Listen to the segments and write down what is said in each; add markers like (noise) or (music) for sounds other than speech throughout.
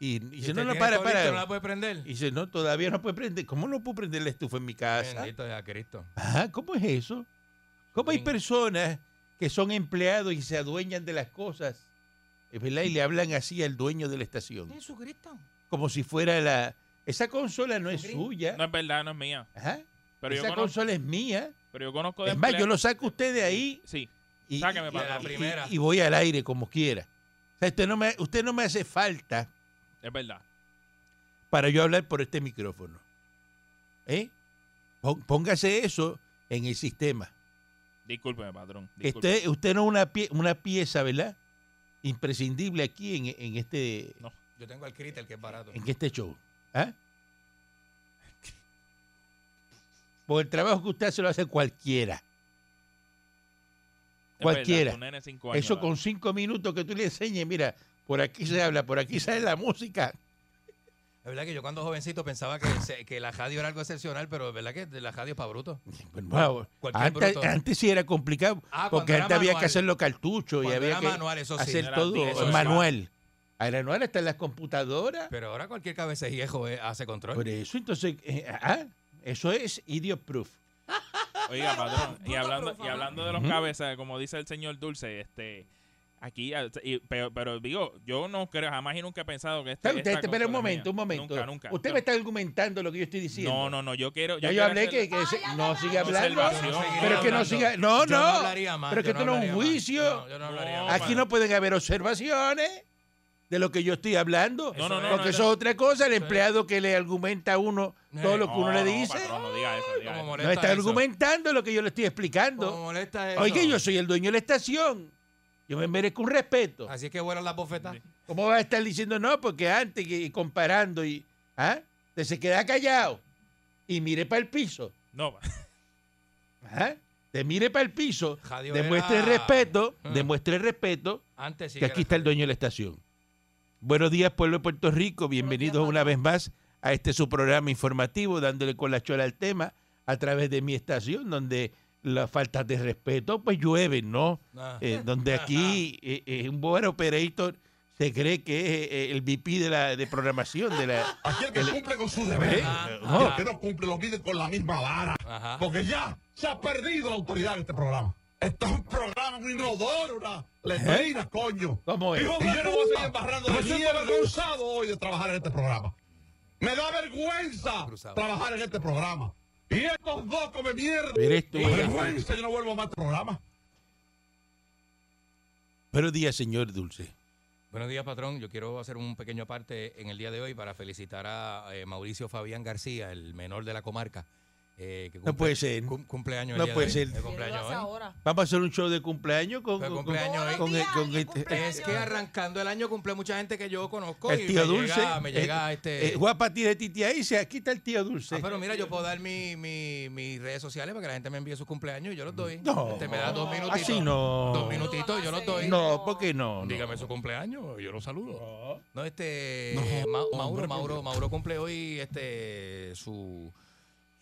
Y, y dice, usted no, no, tiene para, todo listo, para. ¿No la puede prender? Y dice, no, todavía no puede prender. ¿Cómo no puedo prender la estufa en mi casa? Bendito sea Cristo. Ah, ¿cómo es eso? ¿Cómo hay Bien. personas que son empleados y se adueñan de las cosas? Es verdad, y le hablan así al dueño de la estación. Jesucristo. Como si fuera la... Esa consola no es Gris. suya. No es verdad, no es mía. Ajá. Pero yo, Esa conozco, consola es mía. pero yo conozco de Es más, yo lo empleados- saco a usted de ahí Sí. y, Sáqueme, y- papá. y- La primera. y voy al aire como quiera. O sea, usted no me, usted no me hace falta Es verdad. para yo hablar por este micrófono. ¿Eh? Pon- Póngase eso en el sistema. Discúlpeme, patrón. Discúlpeme. Usted, usted no es una, pie- una pieza, ¿verdad? Imprescindible aquí en, en este, No. Yo tengo al Critter, que es barato. en este show. ¿Ah? Por el trabajo que usted hace lo hace cualquiera. Es cualquiera. verdad, tu nene es cinco años, Eso la- con cinco minutos que tú le enseñes, mira, por aquí se habla, por aquí sale la música. (laughs) Es verdad que yo cuando jovencito pensaba que, se- que la radio era algo excepcional, pero es verdad que la radio es para bruto. Bueno, vamos, Cualquier antes, bruto. antes sí era complicado, Ah, cuando porque era antes había manual. que hacerlo cartucho y Cuando había era que manual, eso sí. hacer era todo eso es manual. Ahora no, ahora están las computadoras. Pero ahora cualquier cabecejiejo eh, hace control. Por eso, entonces, eh, ah, eso es idiot proof. Oiga, patrón, y Bruto hablando, proof, y ajá. hablando de los Ujú. cabezas, como dice el señor Dulce, este aquí a- y- pero, pero digo, yo no creo, jamás y nunca he pensado que este, ¿Sabe usted? esta Espera un consola es momento, mía. un momento. Nunca, nunca. Usted Yo- me está argumentando lo que yo estoy diciendo. No, no, no, yo quiero Ya yo yo quiero hablé que, hacer- que se- no siga hablando. observación. Pero es que no Hablando. siga. No, Yo no no. hablaría más, Pero es yo que esto no es un hablaría más. juicio. No, yo no hablaría No, más. Aquí no pueden haber observaciones de lo que yo estoy hablando. No, no, no, porque no, eso no. es otra cosa. El empleado que le argumenta a uno todo lo que uno le No, no, dice. patrón, no diga eso, diga Como eso. molesta No está eso. argumentando lo que yo le estoy explicando. Como molesta eso. Oye, yo soy el dueño de la estación. Yo me merezco un respeto. Así es que vuelan las bofetas. ¿Cómo vas a estar diciendo no? Porque antes que- y comparando y. ¿Ah? Te se queda callado y mire para el piso. No, (laughs) pa- ¿Ah? Te mire para el piso. Jadio Demuestre era- respeto. Ah. Demuestre respeto. Antes sí Que que aquí era- está el dueño de la estación. Buenos días, pueblo de Puerto Rico. Bienvenidos una vez más a este su programa informativo, dándole con la chola al tema a través de mi estación, donde las faltas de respeto pues llueven, ¿no? Ah. Eh, donde aquí eh, eh, un buen operator se cree que es eh, el VP de la de programación de la Aquel que cumple con su deber, Ah, no. el que no cumple lo mide con la misma vara. Ajá. Porque ya se ha perdido la autoridad en este programa. Esto es un programa, un inodoro, una letrina, coño. ¿Cómo es? Hijo de ¿Eh? yo no voy a seguir embarrando de Me siento avergonzado hoy de trabajar en este programa. Me da vergüenza Cruzado. trabajar en este programa. Y estos dos come mierda. Pero esto- Me da vergüenza, yo no vuelvo más a este programa. Buenos días, señor Dulce. Buenos días, patrón. Yo quiero hacer un pequeño aparte en el día de hoy para felicitar a eh, Mauricio Fabián García, el menor de la comarca. eh, que No puede ser. cum- cumpleaños el No día puede de ser. hoy. ¿Qué El cumpleaños hoy. ahora? Vamos a hacer un show de cumpleaños con, Fue con- cumpleaños hoy. con- Todos con- los días, con- hoy eh. Es que arrancando el año cumple mucha gente que yo conozco. el y tío me Dulce. Llega, me llega eh, este. eh, guapa tía de Titi ahí, se- aquí está el tío Dulce. Ah, pero mira, yo puedo dar mi- mi- mis redes sociales para que la gente me envíe sus cumpleaños y yo los doy. No. Te me da dos minutitos. Así no. Dos minutitos, yo los doy. No, ¿por qué no? No. Dígame su cumpleaños, yo lo saludo. No, este. No, Ma- hombre, Mauro, por Mauro, Dios. Mauro cumple hoy este su,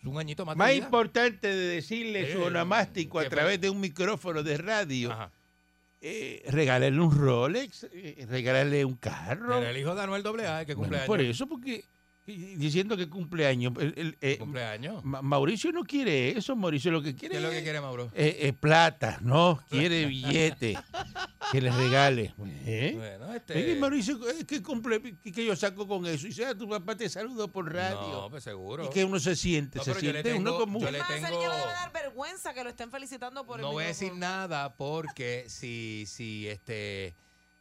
su un añito más. de Más vida. importante de decirle Eh, su onomástico a ¿qué fue? través de un micrófono de radio, Ajá. eh, regalarle un Rolex, eh, regalarle un carro. Pero el hijo de Anuel AA, que Bueno, cumple por años. eso, porque y- diciendo que cumpleaños. El- el- eh, cumpleaños. Ma- Mauricio no quiere eso, Mauricio lo que quiere ¿Qué es lo que quiere Mauro? eh, eh, plata, no, quiere billete que le (laughs) regale. ¿Eh? Bueno, este. Es que Mauricio, eh, que cumple, que, que yo saco con eso. Y sea, tu papá te saludo por no, radio. pues seguro. y que uno se siente, No, se pero yo le siente tengo- uno como... yo Es le más, a ese tengo- niño le debe dar vergüenza que lo estén felicitando por el no voy a decir micrófono. nada porque si, si este,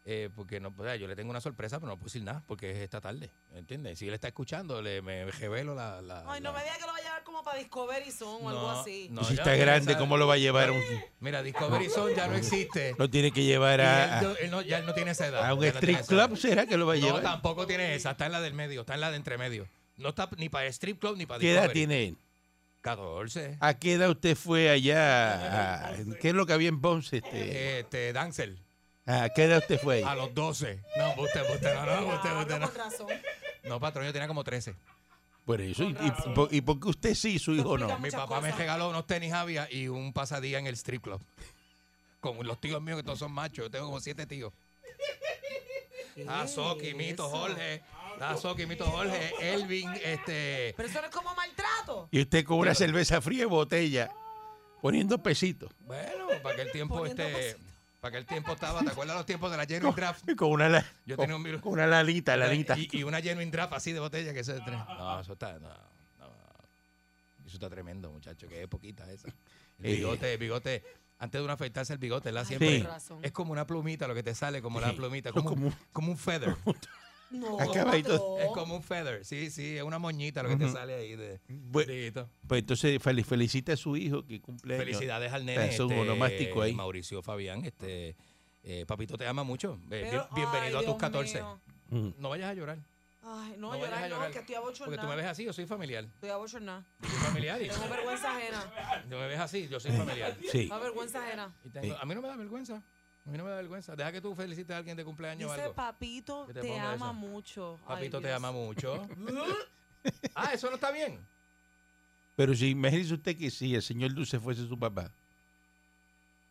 eh, porque no, o sea, yo le tengo una sorpresa, pero no puedo decir nada porque es esta tarde, ¿entiendes? Si él está escuchando, le me revelo la, la- Ay, no la- me diga que lo va a llevar como para Discovery Zone o algo No, así. no, Y si ya, está ya grande, sabe. ¿cómo lo va a llevar? a un- Mira, Discovery Zone ya (laughs) no existe. Lo tiene que Y llevar a, él no- él no- ya él no tiene esa edad. a un ya no tiene street esa edad. club, ¿será que lo va a No, llevar? tampoco tiene esa, está en la del medio, está en la de entre medio. No está ni para strip club ni para ¿Qué edad Discovery. tiene él? 14. ¿A qué edad usted fue allá? a- ¿Qué es lo que había en Ponce? Este? Este, Dancer, ¿A qué edad usted fue a ahí? los 12. No, usted, usted, no, no, usted, Diablo, usted, con no. razón. No, patrón, yo tenía como 13. Por eso, y, y por- y por qué usted sí, su hijo no? Mi muchas papá me cosas. regaló unos tenis Avia y un pasadía en el strip club. Con los tíos míos que todos son machos. Yo tengo como siete tíos. Ah, Soki, Mito, eso? Jorge. Ah, Soki, Mito, Jorge. Elvin, este... Pero eso no es como maltrato. Y usted con una cerveza fría y botella, poniendo pesitos. Bueno, para aquel tiempo, Poniendo este... cositas. Para aquel tiempo estaba... ¿Te acuerdas los tiempos de la Genuine Con, Draft? con una, la- Yo con, tenía un- con una lalita, lalita. Y, y una Genuine Draft así de botella que se... No, eso está... No, no. Eso está tremendo, muchacho. Que es poquita esa. El Eh. bigote, el bigote... Antes de uno afeitarse el bigote, ¿verdad? Ay, Siempre... Sí. con razón. Es como una plumita lo que te sale, como la Sí. plumita, Es como, como un, un- como un (laughs) feather. No, Acabadito. patrón. es como un feather, sí, sí, es una moñita lo que te sale ahí de... Bu- Brillito. Pues entonces fel- felicita a su hijo que cumple años. Felicidades al nene. Es un este, onomástico ahí. Mauricio Fabián, este eh, papito te ama mucho. Eh, bien- Pero- bienvenido ay, a tus Dios 14. mío. Mm. No vayas a llorar. Ay, No no, vayas a llorar, llorar. no, que estoy Porque tú me abochornada. ves así, yo soy familiar. Estoy abochornada. Yo soy familiar y Tengo vergüenza ajena. tú me ves así, yo soy (laughs) familiar. Sí. Tengo vergüenza ajena. Y tengo- a mí no me da vergüenza. A mí no me da vergüenza. Deja que tú felicites a alguien de cumpleaños o Dice, algo. papito, Que te, te ponga ama esa. mucho. Ay, Papito te Dios. ama mucho. (laughs) ah, eso no está bien. Pero si imagínese usted que si el señor Dulce fuese su papá.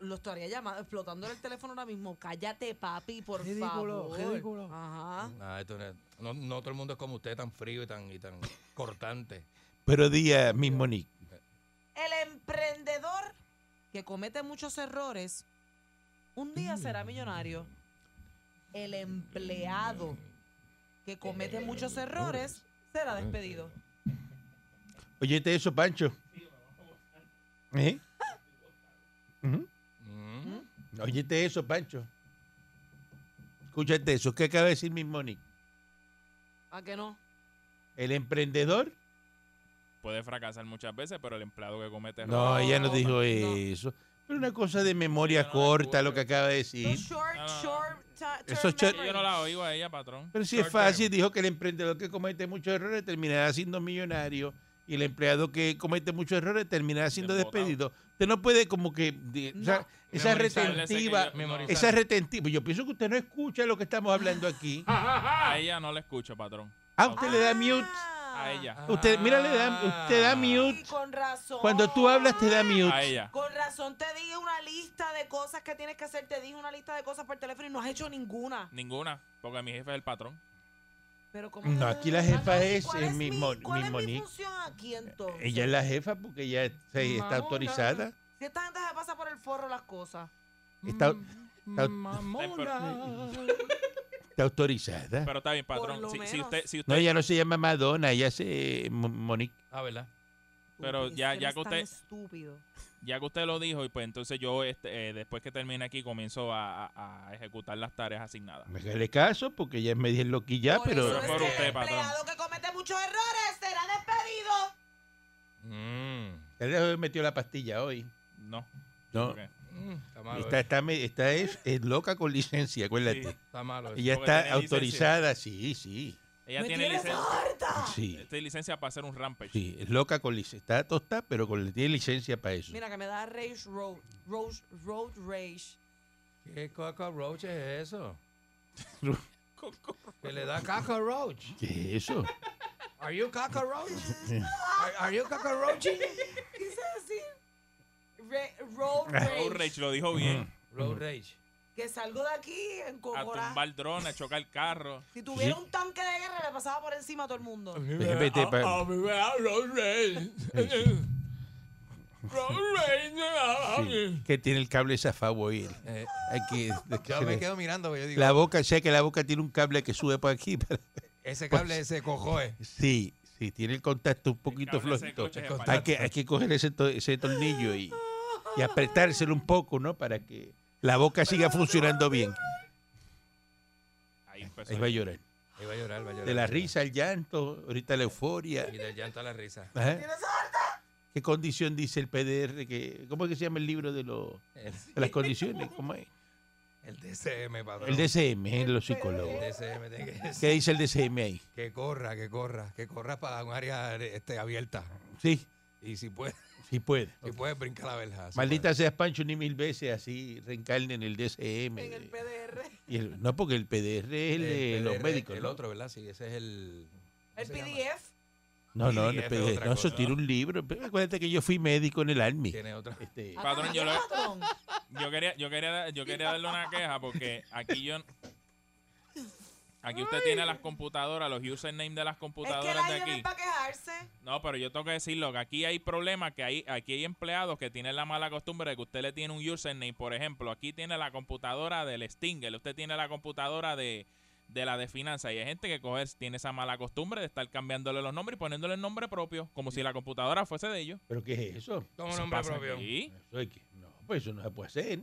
Lo estaría llamando, explotando el teléfono ahora mismo. Cállate, papi, por Ridículo, favor. ridículo. Mm. Ajá. Nah, Ah, esto no, es- no- no todo el mundo es como usted, tan frío y tan, y tan cortante. Pero día mismo, Nick. El emprendedor que comete muchos errores, un día será millonario. El empleado que comete muchos errores, será despedido. Oyete eso, Pancho. ¿Eh? Ujú. Mm. Oyete eso, Pancho. Escúchate eso. ¿Qué acaba de decir mismo, Nick? ¿A que no? El emprendedor Puede fracasar muchas veces, pero el empleado que comete No, errores- ella no no, dijo no. eso. Pero una cosa de memoria Yo no la corta, escucho. lo que acaba de decir. Those short, No, no, no. short ti- Esos term short- Yo no memories. la oigo a ella, patrón. Pero si es Short term. fácil, dijo que el emprendedor que comete muchos errores terminará siendo millonario y el empleado que comete muchos errores terminará siendo Desbotado. despedido. Usted no puede como que... de- o sea, No. esa Memorizarle, retentiva... sé que yo- no, Esa retentiva. Yo pienso que usted no escucha lo que estamos hablando aquí. Ah. A ella no la escucho, patrón. Ah, usted le da mute. A ella. Usted, mira, le da, usted Ah. da Ay, mute. Ah. con razón. Cuando tú hablas, te da A mute. ella. Con razón te di una lista de cosas que tienes que hacer. Te dije una lista de cosas por teléfono y no has hecho ninguna. Ninguna, porque mi jefe es el patrón. Pero como No, aquí la jefa es, ¿Cuál es mi, mon- ¿Cuál mi es mi Monique. Eh, función aquí entonces? Ella es la jefa porque ella se- está Mamona. autorizada. Si esta gente se pasa por el forro las cosas. Mm. Está, está- Mamona. está autorizada. Pero eh. está bien, patrón. lo Si, si menos. usted, si usted, No, ella no se llama Madonna, ella se Mo- Monique. Ah, ¿verdad? Pero Uy, ya- es ya no que es tan usted- estúpido. ya que usted lo dijo, y pues entonces yo, este, eh, después que termine aquí, comienzo a, a- a ejecutar las tareas asignadas. Hágale caso porque ella es media loquilla, por pero eso es Por que usted, el patrón. empleado que comete muchos errores será despedido. Mm. ella metió la pastilla hoy. No. No, porque- Mm, Está malo. está, está, me- está es, es loca con licencia, acuérdate. Ah, Sí. pues, Está malo. eso. Ella Porque está tiene licencia. autorizada, sí, sí, Ella ¡Me tiene tienes licencia, harta! sí, tiene licencia Eh, para hacer un rampage. sí, es loca con licencia. Está tostada, pero con, tiene licencia para eso. Mira que me da rage road, road, road rage. ¿Qué cockroach (laughs) es eso? Coco. Que le da cockroach. ¿Qué es eso? Are you (laughs) cockroach? Are, are you cockroach? ¿Qué se dice? Re- road Oh, rage. (laughs) Rage lo dijo bien. Road rage. que salgo de aquí en a tumbar drones, a chocar carros. Si tuviera un tanque de guerra, le pasaba por encima a todo el mundo. Vete pa- mí Ah, me da Ron Rey. Ron Rey me da a sí, que tiene el cable zafado hoy. él. Eh, (laughs) Aquí, de que yo se me le- quedo mirando, porque yo digo, la boca, sé que la boca tiene un cable que sube para aquí. para- ese cable se cojoe. sí, sí, tiene el contacto un poquito cable se flojito. coge de Hay que, hay que coger ese, to- ese tornillo y, y apretárselo un poco, ¿no? Para que la boca siga funcionando bien. Ahí empezó. Ahí va a llorar. Ahí va a llorar, va a llorar. De la risa, el llanto, ahorita la euforia. Y del llanto a la risa. Ajá. ¿Qué condición dice el PDR? Que, ¿Cómo es que se llama el libro de, los El, de las condiciones? ¿Cómo es? el DCM, patrón. El DCM, es los psicólogos. El DCM tiene que ¿Qué dice el DCM ahí? Que corra, que corra, que corra para un área este, abierta. Sí, Y si puede, sí puede. si puede brincar la verja. si Maldita sea Pancho ni mil veces así reencarnen el DCM. En el PDR. Y el- no, porque el PDR es el puede. de El los PDR, médicos. El ¿no? otro, ¿verdad? Sí, ese es el. ¿cómo El se llama? PDF. No, no, PDF no, es pero- otra no, eso cosa, tiene un libro. Acuérdate que yo fui médico en el Army. Tiene otro. Este, Patrón, yo, le- Patrón. (laughs) yo quería, yo quería, dar- yo quería darle una queja porque aquí yo. Aquí usted tiene las computadoras, los usernames de las Es que el computadoras de aire no es aquí. para quejarse. No, pero yo tengo que decirlo, que aquí hay problemas, que hay, aquí hay empleados que tienen la mala costumbre de que usted le tiene un username. Por ejemplo, aquí tiene la computadora del Stinger, usted tiene la computadora de, de la de finanzas. Y hay gente que coge, tiene esa mala costumbre de estar cambiándole los nombres y poniéndole el nombre propio, como si la computadora fuese de ellos. ¿Pero qué es eso? Como Eso nombre pasa propio. aquí. Eso es que- no, pues eso no se puede hacer.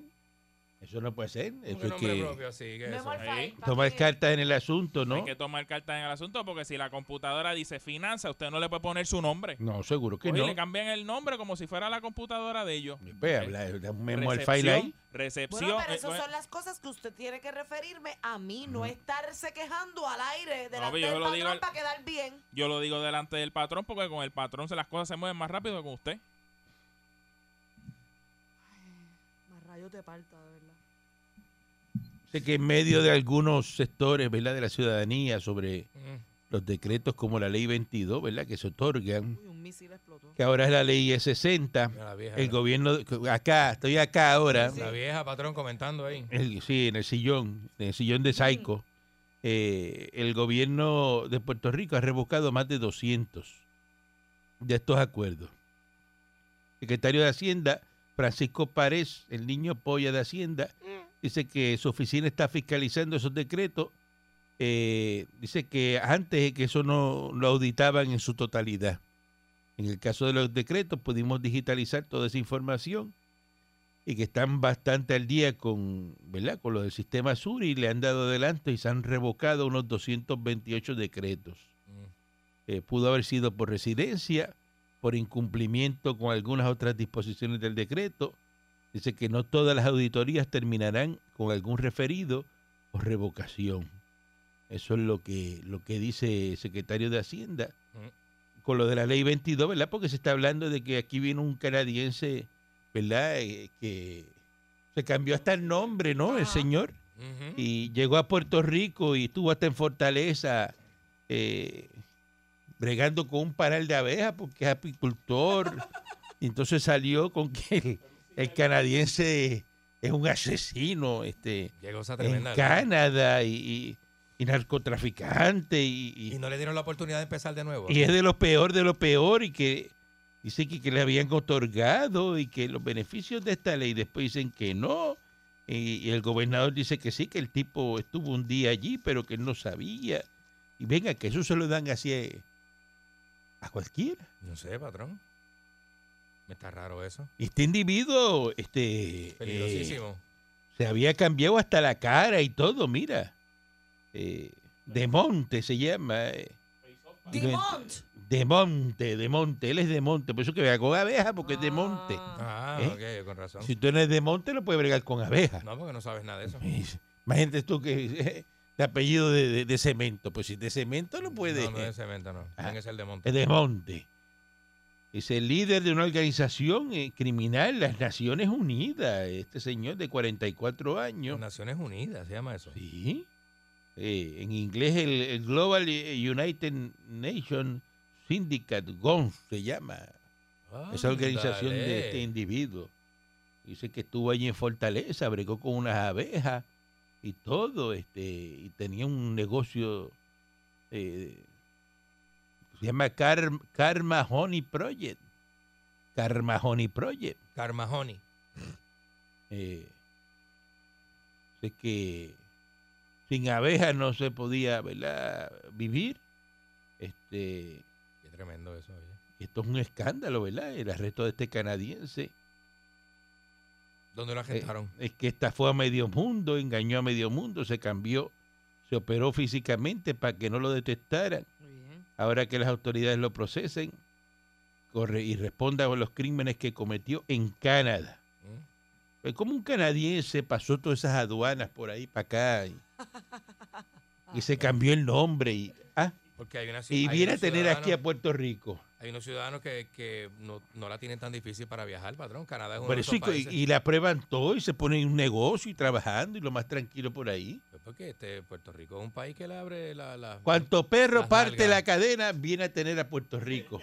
Eso no puede ser. Un Eso es nombre que propio, sí, que eso. Memo Alfa, ahí. ¿para qué? tomar cartas en el asunto, Hay ¿no? que tomar cartas en el asunto porque si la computadora dice finanzas, usted no le puede poner su nombre. No, seguro que Oye, no. le cambian el nombre como si fuera la computadora de ellos. Ve, pues, habla, da un memo al file ahí. recepción, Bueno, pero eh, esas no es- son las cosas que usted tiene que referirme a mí, no estarse quejando al aire delante yo del lo patrón digo al- para quedar bien. Yo lo digo delante del patrón porque con el patrón se las cosas se mueven más rápido que con usted. Más rayo te parta, de verdad. Sé que en medio de algunos sectores, ¿verdad? De la ciudadanía sobre Mm. los decretos como la ley 22, ¿verdad? Que se otorgan, Uy, un misil explotó. que ahora es la ley 60. Mira La vieja, El la, gobierno, acá, estoy acá ahora. la vieja patrón comentando ahí. El- sí, en el sillón, en el sillón de Saico, eh, el gobierno de Puerto Rico ha revocado más de 200 de estos acuerdos. Secretario de Hacienda, Francisco Párez, el niño polla de Hacienda, dice que su oficina está fiscalizando esos decretos. Eh, dice que antes que eso no lo auditaban en su totalidad. En el caso de los decretos pudimos digitalizar toda esa información y que están bastante al día con, ¿verdad? con lo del sistema sur y le han dado adelanto y se han revocado unos 228 decretos. Mm. Eh, pudo haber sido por residencia, por incumplimiento con algunas otras disposiciones del decreto. Dice que no todas las auditorías terminarán con algún referido o revocación. Eso es lo que, lo que dice el secretario de Hacienda. Con lo de la ley 22, ¿verdad? Porque se está hablando de que aquí viene un canadiense, ¿verdad? Eh, que se cambió hasta el nombre, ¿no? El señor Mm. Ujú. y llegó a Puerto Rico y estuvo hasta en Fortaleza eh, bregando con un paral de abejas porque es apicultor. Y entonces salió con que el, el canadiense es un asesino este, Llegó esa en tremenda. Canadá y, y- y narcotraficante y, Y y- no le dieron la oportunidad de empezar de nuevo. y es de lo peor de lo peor y que dice que, que le habían otorgado y que los beneficios de esta ley después dicen que no. Y, y el gobernador dice que sí, que el tipo estuvo un día allí, pero que él no sabía. Y venga, que eso se lo dan así eh, a cualquiera. No sé, patrón. Me está raro eso. Este individuo este, eh, Peligrosísimo. se había cambiado hasta la cara y todo, mira. Eh, de Monte se llama. eh. Dimont. De Monte, de Monte, él es de Monte, por eso que vea con abeja, porque es de Monte. Ah. Ah, ¿Eh? ok, con razón. Si tú eres de Monte, lo puedes bregar con abeja. No, porque no sabes nada de eso. Imagínate tú que eh, (laughs) de apellido de, de- de cemento, pues si es de cemento no puede. No, no eh, es de cemento, no. Ah. Tiene que ser de monte. es de Monte. Es el líder de una organización eh, criminal, las Naciones Unidas, este señor de 44 años. Naciones Unidas se llama eso. Sí. Eh, en inglés el, el Global United Nations Syndicate, GONS se llama. esa organización de este individuo. Dice que estuvo allí en Fortaleza, bregó con unas abejas y todo, este, y tenía un negocio, eh, se llama Car Karma Honey Project. Karma Honey Project. Carmajoni. Eh, sé que sin abejas no se podía ¿verdad? vivir. Este, Qué tremendo eso, oye. esto es un escándalo, ¿verdad? El arresto de este canadiense. ¿Dónde lo Eh, arrestaron? es que estafó a medio mundo, engañó a medio mundo, se cambió, se operó físicamente para que no lo detectaran. Muy bien. Ahora que las autoridades lo procesen corre y responda por los crímenes que cometió en Canadá. ¿Mm? Pues, ¿Cómo un canadiense pasó todas esas aduanas por ahí para acá (laughs) y, y se cambió el nombre y, ah, Porque hay una ci- y hay viene a unos tener aquí a ciudadanos- Puerto Rico? Hay unos ciudadanos que, que no, no la tienen tan difícil para viajar, patrón. Canadá es uno Por de eso esos y, co- y- países. y la prueban todo y se ponen en un negocio y trabajando y lo más tranquilo por ahí. Pues porque este, Puerto Rico es un país que le abre la... la- Cuanto perro Las parte nalgas. la cadena, viene a tener a Puerto Rico.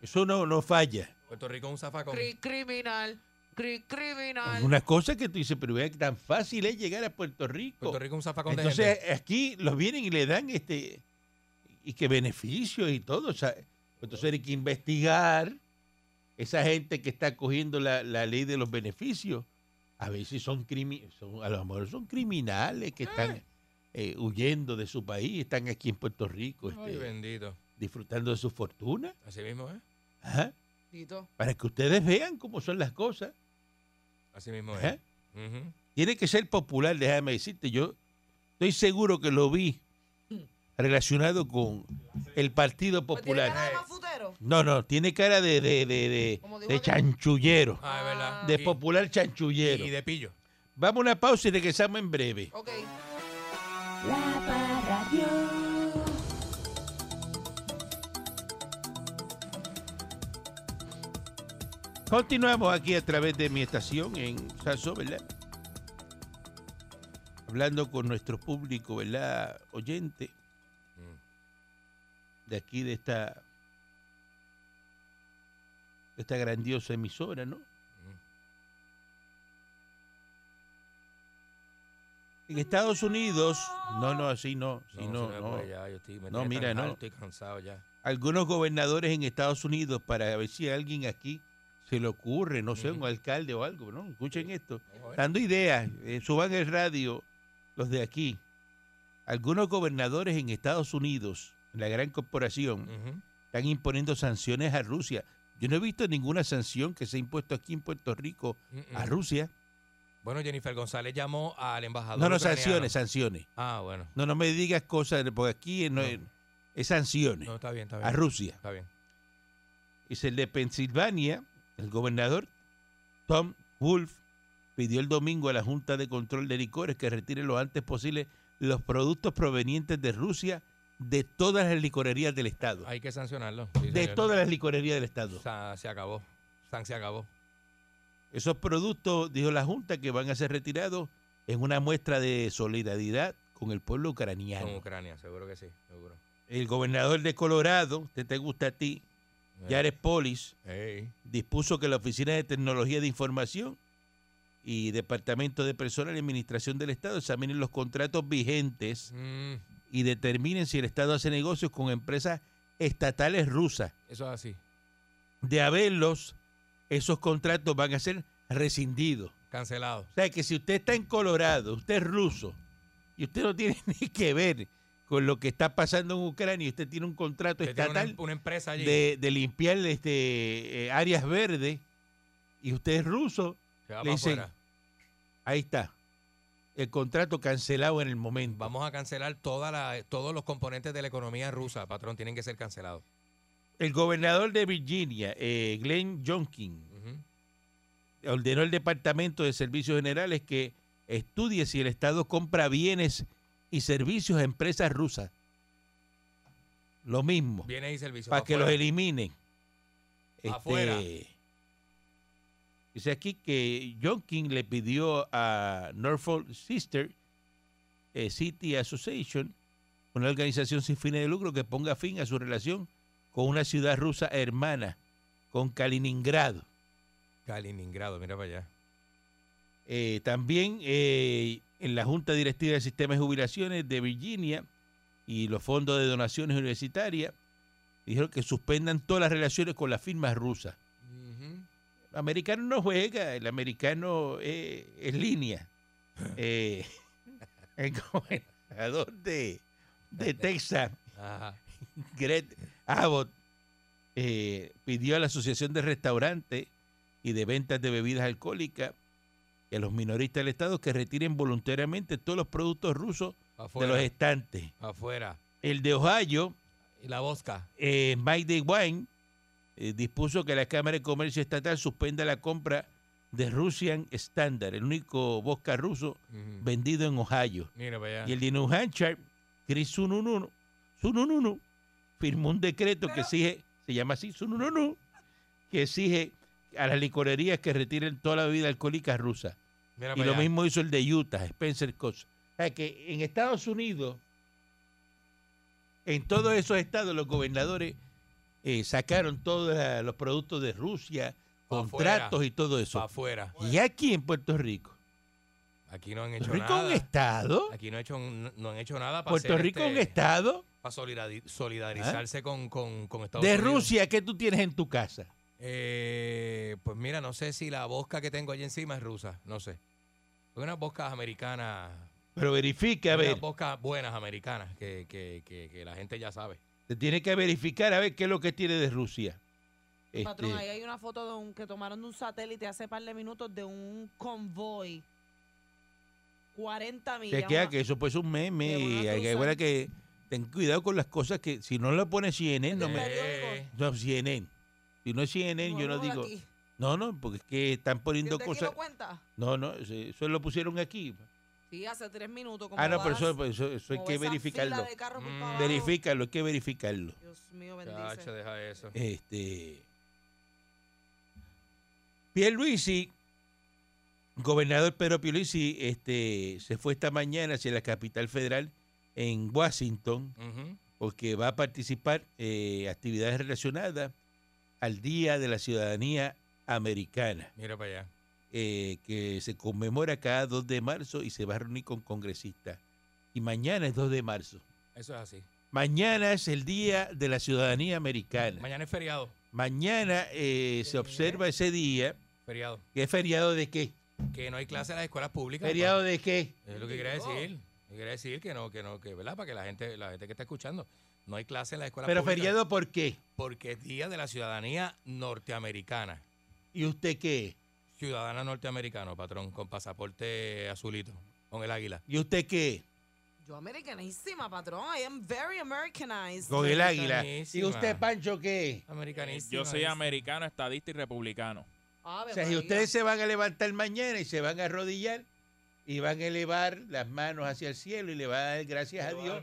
Eso no, no falla. Puerto Rico es un zafacón. Cri- criminal. Cri- criminal. Una cosa que tú dices, pero vea que tan fácil es llegar a Puerto Rico. Puerto Rico es un zafacón de Entonces gente. aquí los vienen y le dan este y que beneficios y todo. o sea, entonces hay que investigar esa gente que está cogiendo la, la ley de los beneficios. A veces son, crimi- son- a lo mejor son criminales que Ah. están eh, huyendo de su país, están aquí en Puerto Rico Ay, este, bendito. disfrutando de su fortuna. Así mismo, ¿eh? Ajá. Tito. Para que ustedes vean cómo son las cosas. Así mismo, Ajá. ¿eh? Ujú. Tiene que ser popular, déjame decirte. Yo estoy seguro que lo vi relacionado con el Partido Pues tiene cara Popular. de más futero. No, no, tiene cara de, de, de, de- Como de dijo aquel. chanchullero. Ah, es verdad. De Y- popular chanchullero. Y de pillo. Vamos a una pausa y regresamos en breve. Ok. La Parradio. Continuamos aquí a través de mi estación en Sasso, ¿verdad? Hablando con nuestro público, ¿verdad? Oyente de aquí, de esta, de esta grandiosa emisora, ¿no? En Estados Unidos, no, no, así no, así no, pues se me no. puede ya, yo estoy, me No, tiene mira, tan no. alto y cansado ya. algunos gobernadores en Estados Unidos para ver si a alguien aquí se le ocurre, no sé, un Ujú. alcalde o algo, ¿no? Escuchen esto. Vamos a ver. Dando ideas, eh, suban el radio los de aquí. Algunos gobernadores en Estados Unidos, en la gran corporación, Ujú. están imponiendo sanciones a Rusia. Yo no he visto ninguna sanción que se ha impuesto aquí en Puerto Rico Mm, a mm. Rusia. Bueno, Jennifer González llamó al embajador. No, no, ucraniano. sanciones, sanciones. Ah, bueno. No, no me digas cosas, porque aquí eh, no, No. es- es sanciones No, está bien, está bien. a Rusia. Está bien. es el de Pensilvania, el gobernador Tom Wolf pidió el domingo a la Junta de Control de Licores que retire lo antes posible los productos provenientes de Rusia de todas las licorerías del Estado. Hay que sancionarlo. De todas las licorerías del Estado. Sa- se acabó. San se acabó. Esos productos, dijo la Junta, que van a ser retirados es una muestra de solidaridad con el pueblo Con ucraniano. Ucrania, seguro que sí, seguro. El gobernador de Colorado, que te gusta a ti, Eh. Jared Polis, Ey. dispuso que la Oficina de Tecnología de Información y Departamento de Personal y Administración del Estado examinen los contratos vigentes Mm, y determinen si el Estado hace negocios con empresas estatales rusas. eso es así. De haberlos, esos contratos van a ser rescindidos. Cancelado. O sea que si usted está en Colorado, usted es ruso y usted no tiene (laughs) ni que ver con lo que está pasando en Ucrania y usted tiene un contrato Usted tiene una, estatal em- una empresa allí. Pues de, de limpiar este, eh, áreas verdes y usted es ruso, Se va le para dicen, afuera. Ahí está. El contrato cancelado en el momento. Vamos a cancelar toda la, todos los componentes de la economía rusa, patrón. Tienen que ser cancelados. El gobernador de Virginia, eh, Glenn Johnkin, Ujú. ordenó al Departamento de Servicios Generales que estudie si el Estado compra bienes y servicios a empresas rusas. Lo mismo, Bienes y servicios. para que los afuera. eliminen. Este, Afuera. dice aquí que Johnkin le pidió a Norfolk Sister eh, City Association, una organización sin fines de lucro que ponga fin a su relación con una ciudad rusa hermana, con Kaliningrado. Kaliningrado, mira para allá. Eh, también eh, en la Junta Directiva del Sistema de Jubilaciones de Virginia y los fondos de donaciones universitarias dijeron que suspendan todas las relaciones con las firmas rusas. El americano no juega, el americano eh, es línea. Eh, (laughs) el gobernador de, de Texas, Ajá. Greg Abbott, eh, pidió a la Asociación de Restaurantes y de Ventas de Bebidas Alcohólicas y a los minoristas del Estado que retiren voluntariamente todos los productos rusos de Afuera. los estantes. Afuera. El de Ohio, Y la bosca. eh, Mike DeWine eh, dispuso que la Cámara de Comercio Estatal suspenda la compra de Russian Standard, el único vodka ruso Ujú. vendido en Ohio. Mira para Y allá. el de New Hampshire, Chris Sunununu, Sunununu, firmó un decreto que exige, se llama así, Sunununu, que exige a las licorerías que retiren toda la bebida alcohólica rusa. Mira Y para lo allá. mismo hizo el de Utah, Spencer Cox. O sea que en Estados Unidos, en todos esos estados, los gobernadores eh, sacaron todos la- los productos de Rusia, Pa' contratos afuera. y todo eso. Afuera. Y aquí en Puerto Rico. Aquí no han hecho Puerto Rico es un nada. estado. Aquí no, han hecho, un- no han hecho nada para este, Puerto Rico es un estado. Para solidarizarse con, con, con Estados De Unidos. Rusia, ¿qué tú tienes en tu casa? Eh, pues mira, no sé si la bosca que tengo allí encima es rusa, no sé. Hay unas boscas americanas, Pero verifica, a unas ver. boscas buenas americanas que, que- que- que la gente ya sabe. Te tiene que verificar a ver qué es lo que tiene de Rusia. Patrón, ahí Este, hay una foto de un, que tomaron de un satélite hace par de minutos de un convoy. 40 millas. te queda una- que eso pues es un meme. de una Y hay que, cruza. recuerda que ten cuidado con las cosas que si no lo pone CNN, (laughs) no me... Eh, No, CNN. Si no es CNN, yo no Nuevo de digo... aquí. No, no, porque es que están poniendo ¿Desde aquí cosas... lo cuenta? No, no, se- eso lo pusieron aquí. Sí, hace tres minutos. como Ah, no, vas- pero eso, eso- eso hay como que esa verificarlo. fila de carros por Mm. pa' abajo. Verifícalo, hay que verificarlo. Dios mío, bendice. Cacho, deja eso. Este. Pierluisi, gobernador Pedro Pierluisi, este, se fue esta mañana hacia la capital federal en Washington Ujú. porque va a participar eh, actividades relacionadas al Día de la Ciudadanía Americana, Mira para allá. eh, que se conmemora cada 2 de marzo y se va a reunir con congresistas. Y mañana es 2 de marzo. Eso es así. Mañana es el Día de la Ciudadanía Americana. Mañana es feriado. Mañana eh, se observa ese día. Feriado. ¿Qué feriado de qué? Que no hay clase en las escuelas públicas. ¿Feriado de qué? Es lo que quería decir. Lo que quería decir que no, que no, que, ¿verdad? Para que la gente, la gente que está escuchando, no hay clase en las escuelas Pero públicas. feriado por qué? Porque es Día de la Ciudadanía Norteamericana. ¿Y usted qué? Ciudadana norteamericano, patrón, con pasaporte azulito, con el águila. ¿Y usted qué? Yo americanísima, patrón. I am very Americanized. Con el águila. ¿Y Americanísima. usted, Pancho, qué? Americanista. Yo soy americano, estadista y republicano. Ave O sea, si María. ustedes se van a levantar mañana y se van a arrodillar y van a elevar las manos hacia el cielo y le van a dar gracias a Dios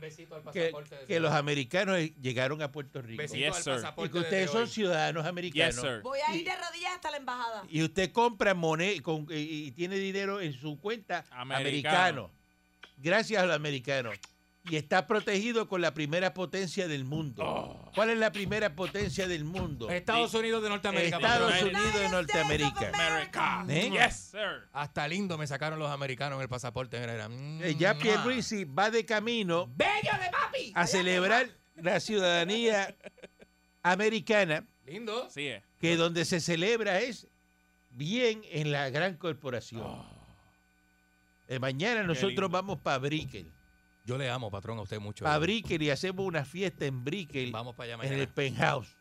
que, que los americanos llegaron a Puerto Rico. Besito Yes, sir. Y que ustedes son ciudadanos americanos. Yes, sir. Voy a ir de rodillas hasta la embajada. Y usted compra moneda con- y, y tiene dinero en su cuenta americano. Americano. Gracias a los americanos. Y está protegido con la primera potencia del mundo. Oh. ¿Cuál es la primera potencia del mundo? Estados Unidos de Norteamérica. Estados patrón. Unidos de United Norteamérica. America. ¿Eh? Yes, sir. Hasta lindo me sacaron los americanos en el pasaporte. Mira, era, mm, Eh, Ya ah. Pierluisi va de camino a celebrar la ciudadanía americana, Lindo. Así es. que donde se celebra es bien en la gran corporación. Ah. Eh, mañana lindo. nosotros vamos para Brickell. Yo le amo, patrón, a usted mucho. a Brickell y hacemos una fiesta en Brickell Vamos para allá en el mañana. penthouse.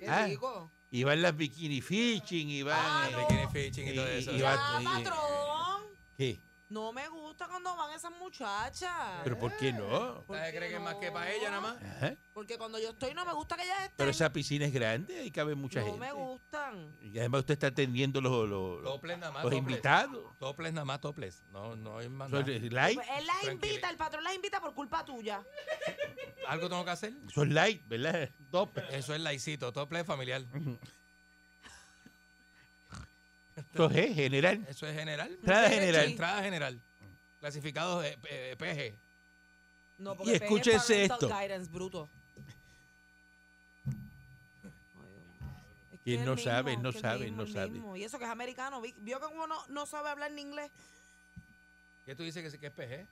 Qué Ah. rico. Y van las bikini fishing y van. Ah, eh, no. Bikini fishing y todo Y- eso. y- Ya. Ah, eh, patrón. ¿Qué? No me gusta cuando van esas muchachas. ¿Pero por qué no? ¿Por ¿Ustedes qué creen que es más que no? para ella nada más? Ajá. Porque cuando yo estoy no me gusta que ellas estén. Pero esa piscina es grande, ahí cabe mucha no gente. me gustan. Y además usted está atendiendo los, los, los- Toples nada más. los toples. invitados. Toples nada más, toples. No, no hay más. Eso nada. es light, Pues él las Tranquila. invita, el patrón las invita por culpa tuya. ¿Algo tengo que hacer? eso es light, ¿verdad? Dope. Eso es laicito, tople familiar. Eso es (laughs) general. Eso es general. Entrada La general. entrada general. Clasificados eh, eh, PG. No, Y porque PG escúchese parental esto. guidance, bruto. Ay, Dios mío. Es Que él el no mismo, sabe, él no que el sabe, él mismo, no el sabe. mismo. Y eso que es americano. vi- Vio que como no, no sabe hablar en inglés. ¿Qué tú dices que, es- que es PG?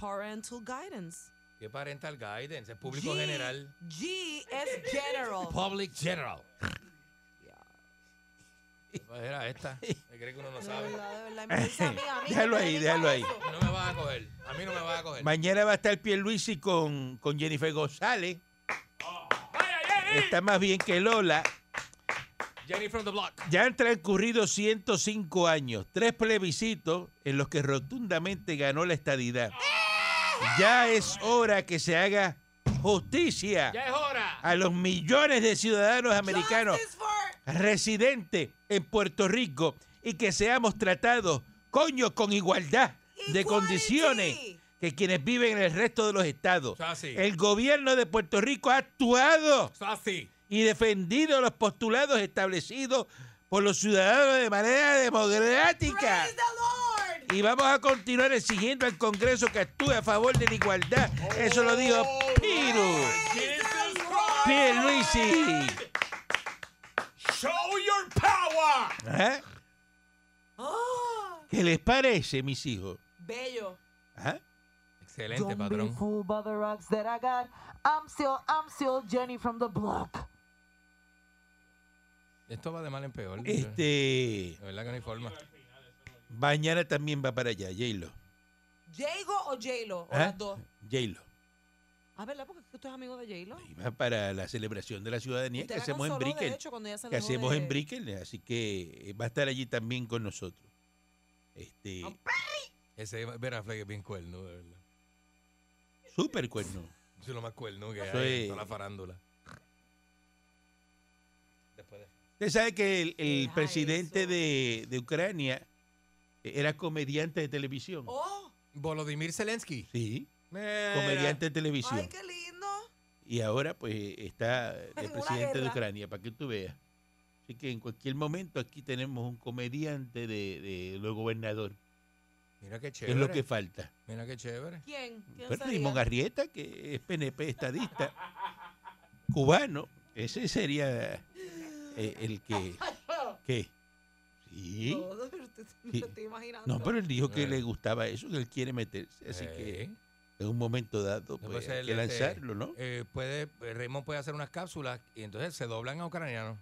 Parental guidance. ¿Qué parental guidance? Es público G- general. G es general. Public (laughs) general. Pues Era esta. ¿Me crees que uno no De sabe? verdad, de verdad. Y me dice a mí, a mí, (laughs) Déjalo ¿qué ahí, te déjalo digo ahí. eso? No me vas a coger. A mí no me vas a coger. Mañana va a estar Pierluisi con, con Jennifer González. Está más bien que Lola. Jenny from the block. Ya han transcurrido 105 años, tres plebiscitos en los que rotundamente ganó la estadidad. Ya es hora que se haga justicia ¡Ya es hora! a los millones de ciudadanos americanos Justice for- residentes en Puerto Rico y que seamos tratados, coño, con igualdad de Equality. condiciones que quienes viven en el resto de los estados. Eso es así. El gobierno de Puerto Rico ha actuado Eso es así. y defendido los postulados establecidos por los ciudadanos de manera democrática. Praise the Lord. Y vamos a continuar exigiendo al Congreso que actúe a favor de la igualdad. Eso lo dijo Piru. Pierluisi. Show your power. Ajá. Ah, ¿Qué les parece, mis hijos? ¿Ah? bello. Ajá. Excelente, patrón. fooled by the rocks that I got. I'm still, I'm still Jenny from the block. Esto va de mal en peor. Este, De verdad que no hay forma. mañana también va para allá, J-Lo. ¿Jago o J-Lo? O ¿Eh? las dos. J-Lo. Ah, ¿verdad? Porque tú eres amigo de J-Lo. Y va para la celebración de la ciudadanía Usted que la hacemos en consoló, de Brickell. hecho, cuando ella se que alejó hacemos de- en Brickell, así que eh, va a estar allí también con nosotros. Este, pues. Ese Vera Flag es bien cuerno, de verdad. súper cuerno. Eso es lo más cuerno que Eso hay es- en toda la farándula. Después de... Usted sabe que el, el Deja presidente eso. de, de Ucrania eh, era comediante de televisión. Oh, Volodymyr Zelensky. Sí, Mira. comediante de televisión. ay, qué lindo. Y ahora pues está el Una presidente de guerra. Ucrania, para que tú veas. Así que en cualquier momento aquí tenemos un comediante de, de lo gobernador, Mira qué que chévere. es lo que falta. Mira qué chévere. ¿Quién? ¿Quién Pero sería? Simón Arrieta, que es PNP estadista, cubano, ese sería eh, el (laughs) que... ¿Qué? Sí. No, no, pero te- me Sí. lo estoy imaginando. No, pero él dijo que Eh. le gustaba eso, que él quiere meterse. Así que Eh, en un momento dado No pues, puede hay ser, que este, lanzarlo, ¿no? eh, puede, Raymond puede hacer unas cápsulas y entonces se doblan a ucranianos.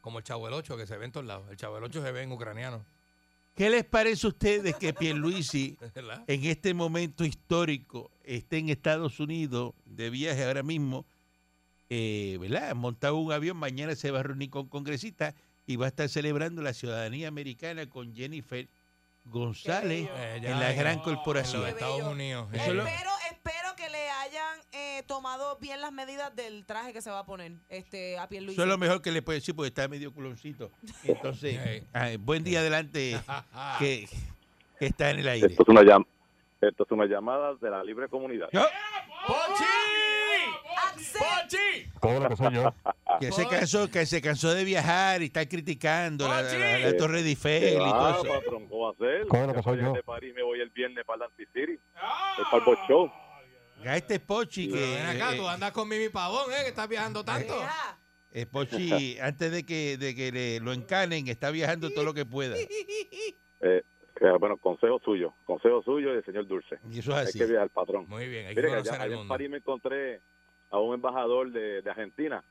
Como el Chavo del 8 que se ve en todos lados. El Chavo del 8 se ve en ucraniano. (laughs) ¿Qué les parece a ustedes que Pierluisi ¿Verdad? en este momento histórico esté en Estados Unidos de viaje ahora mismo, eh, ¿verdad? Montado en un avión, mañana se va a reunir con congresistas y va a estar celebrando la ciudadanía americana con Jennifer González Qué bello. Eh, ya en la en- gran En corporación. los Estados bello. Unidos. Eh, Eso es lo- Espero, espero que le hayan eh, tomado bien las medidas del traje que se va a poner este, a Pierluisi. Eso es lo mejor que le puedo decir porque está medio (laughs) culoncito. Entonces, Eh. ah, buen día (laughs) adelante Ajá. que, que está en el aire. Esto es una llam- esto es una llamada de la libre comunidad. Yo, Accept- que se cansó, que se cansó de viajar y está criticando la, la- la- la Torre de Eiffel ¿Qué y va, todo eso. patrón? ¿Cómo va a ser? Yo soy de París me voy el viernes para el Anticity. Es para el Bot Show. Ya este Pochi Pero ven que acá, eh, tú andas con Mimi Pavón, ¿eh? Que estás viajando tanto. Deja. eh, Pochi antes de que de que le- lo encanen está viajando todo lo que pueda. Eh, que, bueno, consejo suyo. Consejo suyo y del señor Dulce. Y eso es Hay así. que viajar, patrón. Ah, Muy bien, hay que Mire que allá, conocer allá el en mundo. París me encontré a un embajador de, de Argentina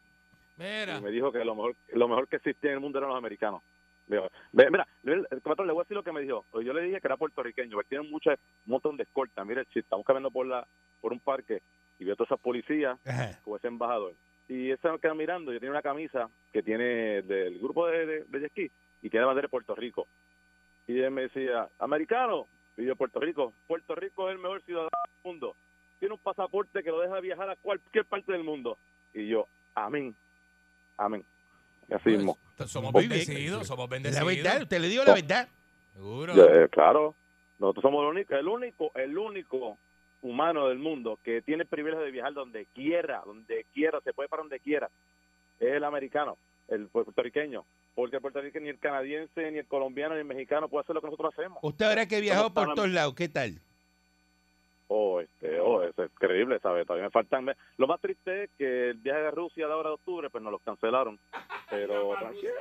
Mira, y me dijo que lo mejor lo mejor que existía en el mundo eran los americanos. Digo, ve- Mira, mira, el patrón, le voy a decir lo que me dijo. Pues Yo le dije que era puertorriqueño, porque tienen muchas, un montón de escoltas. Mira, si estamos caminando por la por un parque y veo a todas esas policías Ajá. como ese embajador. Y esa que estaba mirando, yo tenía una camisa que tiene del grupo de, de, de jet ski y tiene la bandera de Puerto Rico. Y él me decía, americano, y yo Puerto Rico, Puerto Rico es el mejor ciudadano del mundo. Tiene un pasaporte que lo deja viajar a cualquier parte del mundo. Y yo, amén, amén. Y así pues, mismo. somos Muy bien. bendecidos, somos La bendecidos. verdad, usted le digo la verdad. (laughs) Seguro. Yo, eh, claro, nosotros somos el único, el único, el único humano del mundo que tiene el privilegio de viajar donde quiera, donde quiera, se puede para donde quiera. Es el americano, el puertorriqueño, porque el puertorriqueño ni el canadiense, ni el colombiano, ni el mexicano puede hacer lo que nosotros hacemos. Usted ahora que viajó Somos tan por todos lados, ¿qué tal? Oh, este, oh, es eso es creíble, ¿sabes? Todavía me faltan. me- Lo más triste es que el viaje de Rusia de ahora de octubre, pues nos los cancelaron. Pero tranquilo.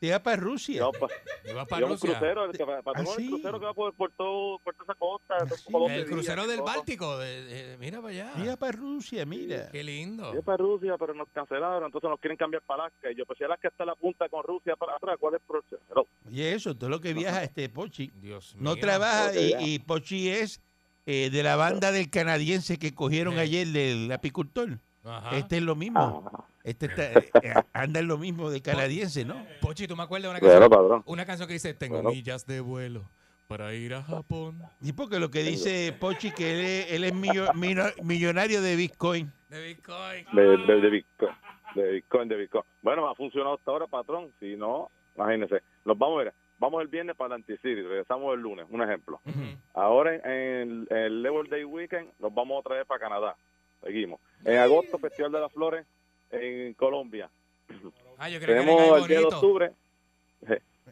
Te va para Rusia. yo, pa- Y vas yo para un Rusia. crucero, el, que va- para Ah, todo el sí. crucero que va por, por, todo, por toda esa costa. todo sí. Colombia, El crucero Villa, del todo. Báltico. de- de- mira para allá. Mira para Rusia, mira. Qué lindo. Sí, es para Rusia, pero nos cancelaron, entonces nos quieren cambiar para Alaska. Y yo, pues si Alaska está en la punta con Rusia para atrás, ¿cuál es el proceso? No, Oye, eso, todo lo que viaja este Pochi. Dios mío. No trabaja Oye, y, ya. y Pochi es eh, de la banda del canadiense que cogieron Sí. Ah. ayer del apicultor. Ajá. Este es lo Ah. mismo. Este está- eh, anda en lo mismo de canadiense, ¿no? Pochi, ¿tú me acuerdas de una Bueno, canción? padrón. Una canción que dice, tengo Bueno. millas de vuelo para ir a Japón. Y porque lo que dice Pochi que él es, él es millo- mino- millonario de Bitcoin. De Bitcoin. De, de, de Bitcoin, de Bitcoin, de Bitcoin. Bueno, ha funcionado hasta ahora, patrón. Si no, imagínense. Nos vamos a ver. Vamos el viernes para el Anticity, regresamos el lunes, un ejemplo. Ahora en, en el Labor Day Weekend nos vamos otra vez para Canadá. Seguimos. En agosto, Festival de las Flores en Colombia. Ah, yo creo que era Tenemos algo el día de bonito. octubre.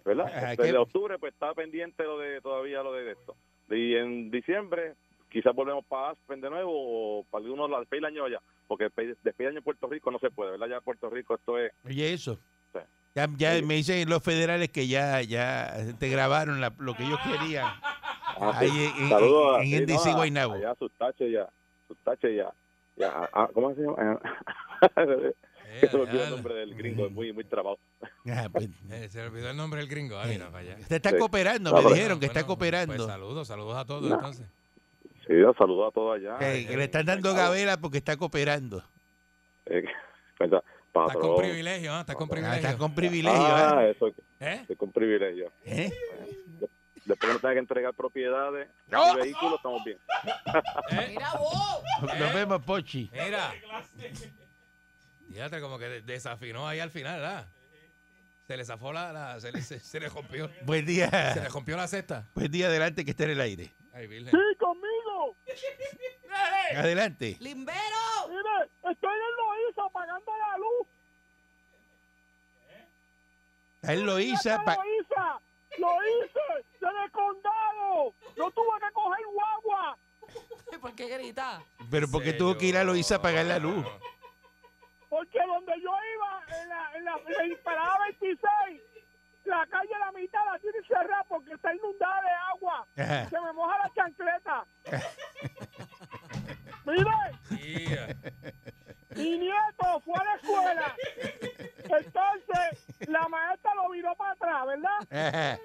¿Verdad? Ah, El qué- de octubre pues está pendiente lo de todavía lo de esto. Y en diciembre quizás volvemos para Aspen de nuevo o para algunos la despedida año allá, porque despe- despedida año en Puerto Rico no se puede, ¿verdad? Ya en Puerto Rico esto es Oye, eso. Sí. Ya, ya me dicen los federales que ya, ya te grabaron la- lo que ellos (laughs) querían. Ah, Ah, Ahí en- en- Saludos en sí, NDC no, a- Guaynabo. Allá sus taches ya, sus taches ya. ya a- a- ¿cómo se llama? (laughs) Eh, Se me olvidó ya, el nombre del gringo, es muy muy trabado. Ah, pues, eh, se olvidó el nombre del gringo. Ah, mira, para allá. te está Sí. cooperando, No, ah, me pero- dijeron que está Bueno, Pues cooperando. saludos, saludos a todos No. entonces. Sí, Dios, saludos a todos allá. Que, que le están dando pues, gabela porque está cooperando. Eh, (laughs) cuenta, Estás con patrón. privilegio, ¿ah? Estás con Ah, privilegio. está con privilegio. pues, Ah, ¿ah? eso, ¿Eh? estoy con privilegio. ¿Eh? Después no tenga que entregar propiedades y vehículos, estamos bien. ¿Eh? Nos vemos, Pochi. Mira. Fíjate, como que de- desafinó ahí al final, ¿verdad? Se le zafó la... la- se, le, se- se le rompió. Buen Se (laughs) le día. rompió la cesta. Buen día, adelante que está en el aire. Ay, virgen. ¡Sí, conmigo! Adelante. ¡Limbero! (laughs) Mire, estoy en Loíza pagando la luz. Está en Loíza. pa- Loíza! ¡Loíza! ¡Desde el condado! ¡No tuve que coger guagua! ¿Por qué grita? Pero porque tuvo que ir a Loíza a pagar la luz. Porque donde yo iba, en la, en la, en la parada 26, la calle la mitad la Ah, tiene cerrada porque está inundada de agua. Ajá. Se me moja la chancleta. Mire, Yeah. Mi nieto fue a la escuela. Entonces, la maestra lo miró para atrás, ¿verdad? Ajá.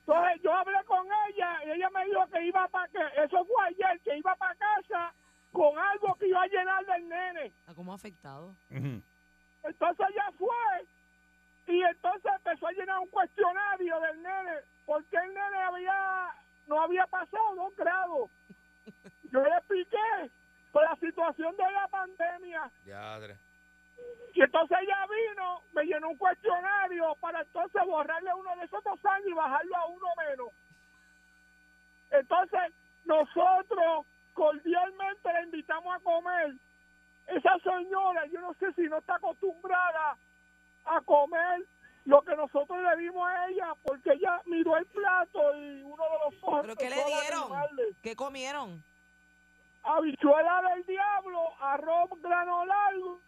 Entonces, yo hablé con ella y ella me dijo que iba para que eso fue ayer, que iba para casa con algo que iba a llenar del nene. ¿A cómo ha afectado? Ujú. Entonces ella fue y entonces empezó a llenar un cuestionario del nene, porque el nene había no había pasado dos grados. Yo le expliqué por la situación de la pandemia. Diadre. Y entonces ella vino, me llenó un cuestionario para entonces borrarle uno de esos dos años y bajarlo a uno menos. Entonces nosotros cordialmente la invitamos a comer. Esa señora, yo no sé si no está acostumbrada a comer lo que nosotros le dimos a ella, porque ella miró el plato y uno de los ojos... ¿Pero qué le empezó a dieron? lagrimarle ¿Qué (laughs) comieron? habichuela del diablo, arroz grano largo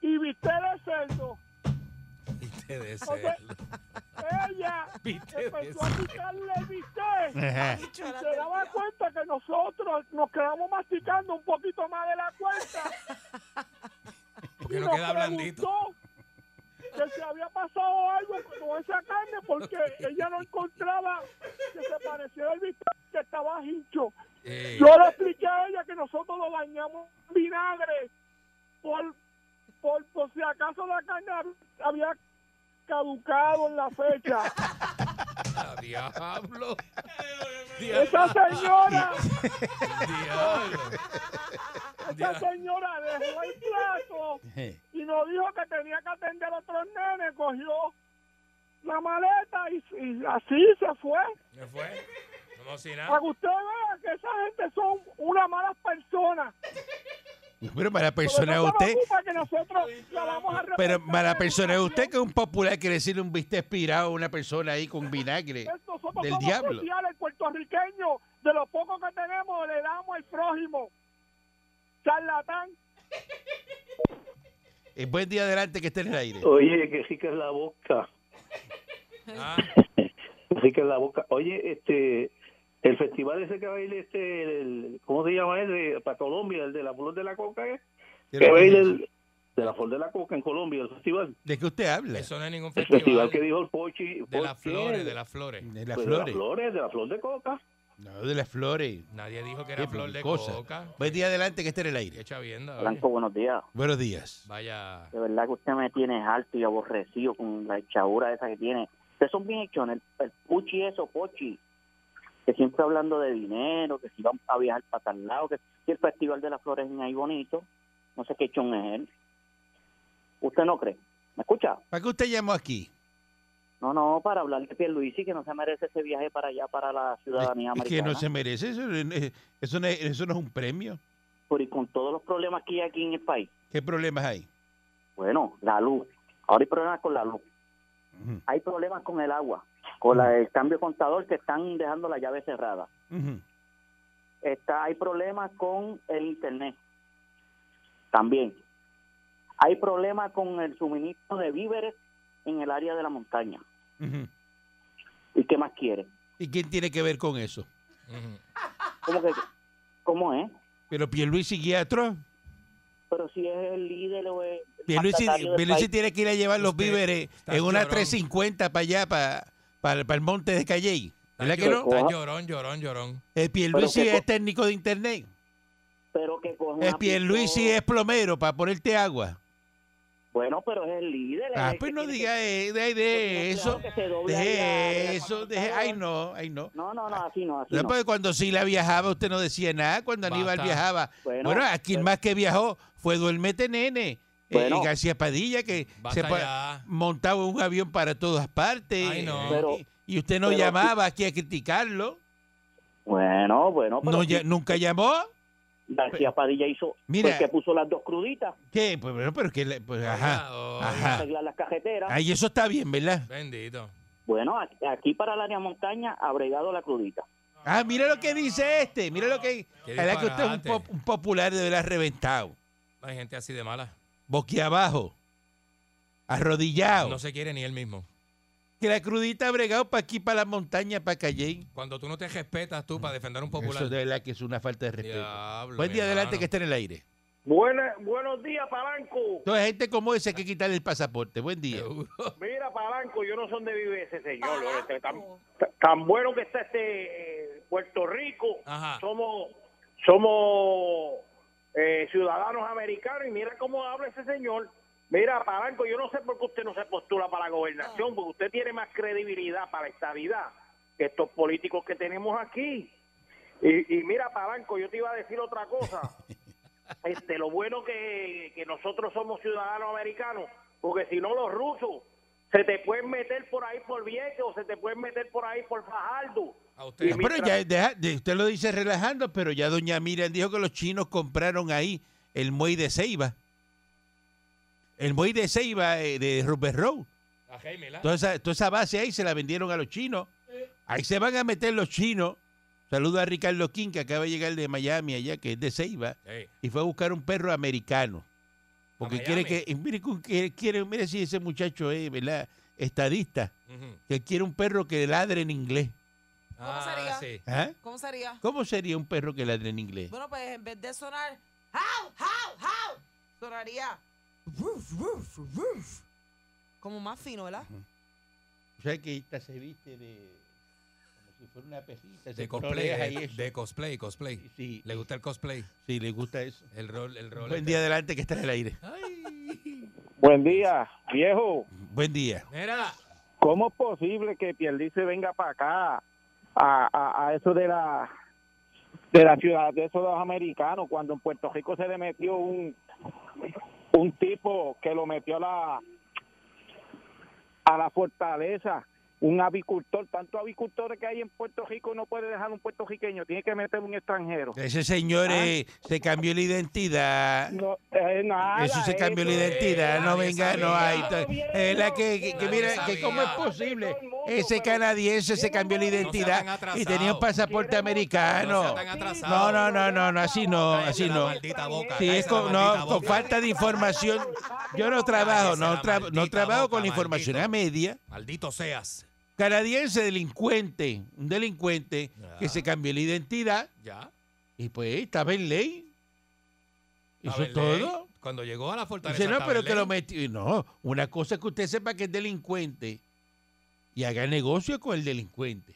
y bistec de (laughs) cerdo. Viste de O sea, cerdo. Ella Bistec de empezó a picarle el bistec Ajá. y se daba cuenta que nosotros nos quedamos masticando un poquito más de la cuenta. (laughs) Porque Y no nos queda blandito. preguntó Que se había pasado algo con esa carne porque ella no encontraba que se pareciera el bistec que estaba hincho. Eh, Yo le expliqué a ella que nosotros lo bañamos en vinagre por, por, por si acaso la carne hab- había caducado en la fecha. (laughs) ah, diablo. Esa señora, Diablo. esa señora dejó el plato y nos dijo que tenía que atender a otros nenes, cogió la maleta y, y así se fue. Me fue. Como si Para nada. que usted vea que esa gente son unas malas personas. (laughs) Pero mala Pero persona es no se usted. preocupe que nosotros la vamos a Pero representar mala en persona es esta usted que es un popular que decirle un bistec expirado a una persona ahí con vinagre. Nosotros Del somos diablo. sociales puertorriqueños, de lo poco que tenemos le damos al prójimo. charlatán. Eh, buen día adelante que esté en el aire. Oye, que sí que es la boca. Ah, Así que la boca. Oye, este, el festival ese que va a ir, este, el- ¿cómo se llama él? De- Para Colombia, el de la flor de la coca, ¿eh? Que va a ir el de la flor de la coca en Colombia, el festival. ¿De qué usted habla? Eso no es ningún El festival festival. que dijo el Pochi. De las Pochi, flores, de las flores. De pues, las de las flores. flores, de la flor de coca. No, de las flores. Nadie dijo que Qué era flor de cosa. coca. Buen día adelante que esté en el Qué aire. chavienda. oye. Blanco, buenos días. Buenos días. Vaya. De verdad que usted me tiene alto y aborrecido con la hechadura esa que tiene. Ustedes son bien hechones, el, el puchi eso, pochi. Que siempre hablando de dinero, que si van a viajar para tal lado, que si el Festival de las Flores en ahí bonito. No sé qué chon es él. ¿Usted no cree? ¿Me escucha? ¿Para qué usted llamó aquí? No, no, para hablar de Pierluisi, que no se merece ese viaje para allá, para la ciudadanía Es que americana. no se merece eso. eh, Eso no es, eso no es un premio. Por y con todos los problemas que hay aquí en el país. ¿Qué problemas hay? Bueno, la luz. Ahora hay problemas con la luz. Ujú, hay problemas con el agua, con la- el cambio contador que están dejando la llave cerrada. ujú. Está, hay problemas con el internet también. Hay problemas con el suministro de víveres en el área de la montaña. Ujú. ¿Y qué más quiere? ¿Y quién tiene que ver con eso? Ujú. ¿Cómo que cómo es? ¿Pero Pierluisi Guiatro? Pero si es el líder o el Pierluisi, mandatario del Pierluisi país. tiene que ir a llevar los Usted víveres está en una llorón. 350 para allá, para, para, el monte de Calley. ¿Verdad que Está no? llorón. llorón, llorón, llorón. Eh, Pierluisi Pero que- es técnico de internet. pero que coja una Es Pierluisi eh. pistola. es plomero para ponerte agua. Bueno, pero es el líder. es Ah, el pues que no tiene que- diga eh, de, de tiene que eso. dejar que se doble ahí la- la Deje eso, deje, ay contadora. no, ay no. No, no, no, así no, así No, no. porque cuando Sila viajaba usted no decía nada, cuando Aníbal Basta. viajaba. Bueno, Bueno, a quien pero- más que viajó fue Duermete Nene eh, Bueno. y García Padilla, que Basta se pa- ya. montaba un avión para todas partes. Ay, no. eh, Pero- y usted no pero- llamaba aquí a criticarlo. Bueno, bueno, pero No, sí, ya- nunca llamó. García Padilla hizo, Mira. porque puso las dos cruditas ¿Qué? Pues, bueno, pero que, le- pues, ajá. Cuidado. para Ajá. arreglar las cajeteras. Ah. Ay, eso está bien, ¿verdad? Bendito. Bueno, a- aquí para el área montaña ha bregado la crudita. Ah, mira lo que dice este. Mira lo que. Qué La verdad que usted es un, disparate. pop- un popular de verdad reventado. No hay gente así de mala. Boquiabajo. Arrodillado. No se quiere ni él mismo. Que la crudita ha bregado para aquí, para la montaña, para Calley. Cuando tú no te respetas tú para defender un popular. Eso de verdad que es una falta de respeto. Diablo, Buen mi día adelante hermano. que esté en el aire. Buena- buenos días, Palanco. Toda gente como esa hay que quitarle el pasaporte. Buen día. Eh, Seguro. (laughs) Mira, Palanco, yo no sé dónde vive ese señor. Palanco. este, tan, ta- tan bueno que está este eh, Puerto Rico. Ajá. Somos, somos eh, ciudadanos americanos y mira cómo habla ese señor. Mira, Palanco, yo no sé por qué usted no se postula para la gobernación, porque usted tiene más credibilidad para la estabilidad que estos políticos que tenemos aquí. Y, y mira, Palanco, yo te iba a decir (laughs) otra cosa. este, lo bueno que, que nosotros somos ciudadanos americanos, porque si no los rusos se te pueden meter por ahí por viejo, se te pueden meter por ahí por Fajardo. A usted. Y Ah, pero mientras- ya, deja- de- usted lo dice relajando, pero ya doña Miriam dijo que los chinos compraron ahí el muelle de Ceiba. El muelle de Ceiba eh, de Rupert Road. A Jaime, ¿la? Toda esa, toda esa base ahí se la vendieron a los chinos. Ahí se van a meter los chinos. Saludo a Ricardo King, que acaba de llegar de Miami allá, que es de Ceiba, Ey, y fue a buscar un perro americano. Porque ¿A quiere Miami? que, y mire, con que quiere, mire si ese muchacho es, ¿verdad? Estadista, ujú. que quiere un perro que ladre en inglés. Ah, sería? sí. ¿Ah? ¿Cómo sería? ¿Cómo sería un perro que ladre en inglés? Bueno, pues en vez de sonar how, how, how, sonaría roof, roof, roof. Como más fino, ¿verdad? O sea que esta se viste de. como si fuera una perrita. se De cosplay, colea y de, eso. de cosplay, cosplay. Sí, Le gusta el cosplay. sí, le gusta eso. El rol, el rol. este. Buen día adelante que está en el aire. Ay. Buen día, viejo. Buen día. Mira, ¿Cómo es posible que Pierdice venga para acá a, a- a eso de la de la ciudad de esos dos americanos cuando en Puerto Rico se le metió un un tipo que lo metió a la a la fortaleza un avicultor, tantos avicultores que hay en Puerto Rico no puede dejar un puertorriqueño, tiene que meter un extranjero. Ese señor eh, se cambió la identidad. No, eh, nada, Eso se cambió la eso- identidad, eh, no nadie venga, no sabía. hay. to- Nadie Es la que, que- que sabía. mira, Nadie que cómo es sabía. posible Ese canadiense se cambió la identidad y tenía un pasaporte americano. No, no, no, no, no, así no, así no. Sí, es con, no, con falta de información. Yo no trabajo, no, tra- no trabajo con la información a media. Maldito seas. Canadiense delincuente, un delincuente que se cambió la identidad Ya. y pues estaba en ley. Ah. Eso es Abelé, todo. Cuando llegó a la fortaleza. Dice, no, pero Abelé, que lo metió. Y No, una cosa es que usted sepa que es delincuente y haga negocio con el delincuente.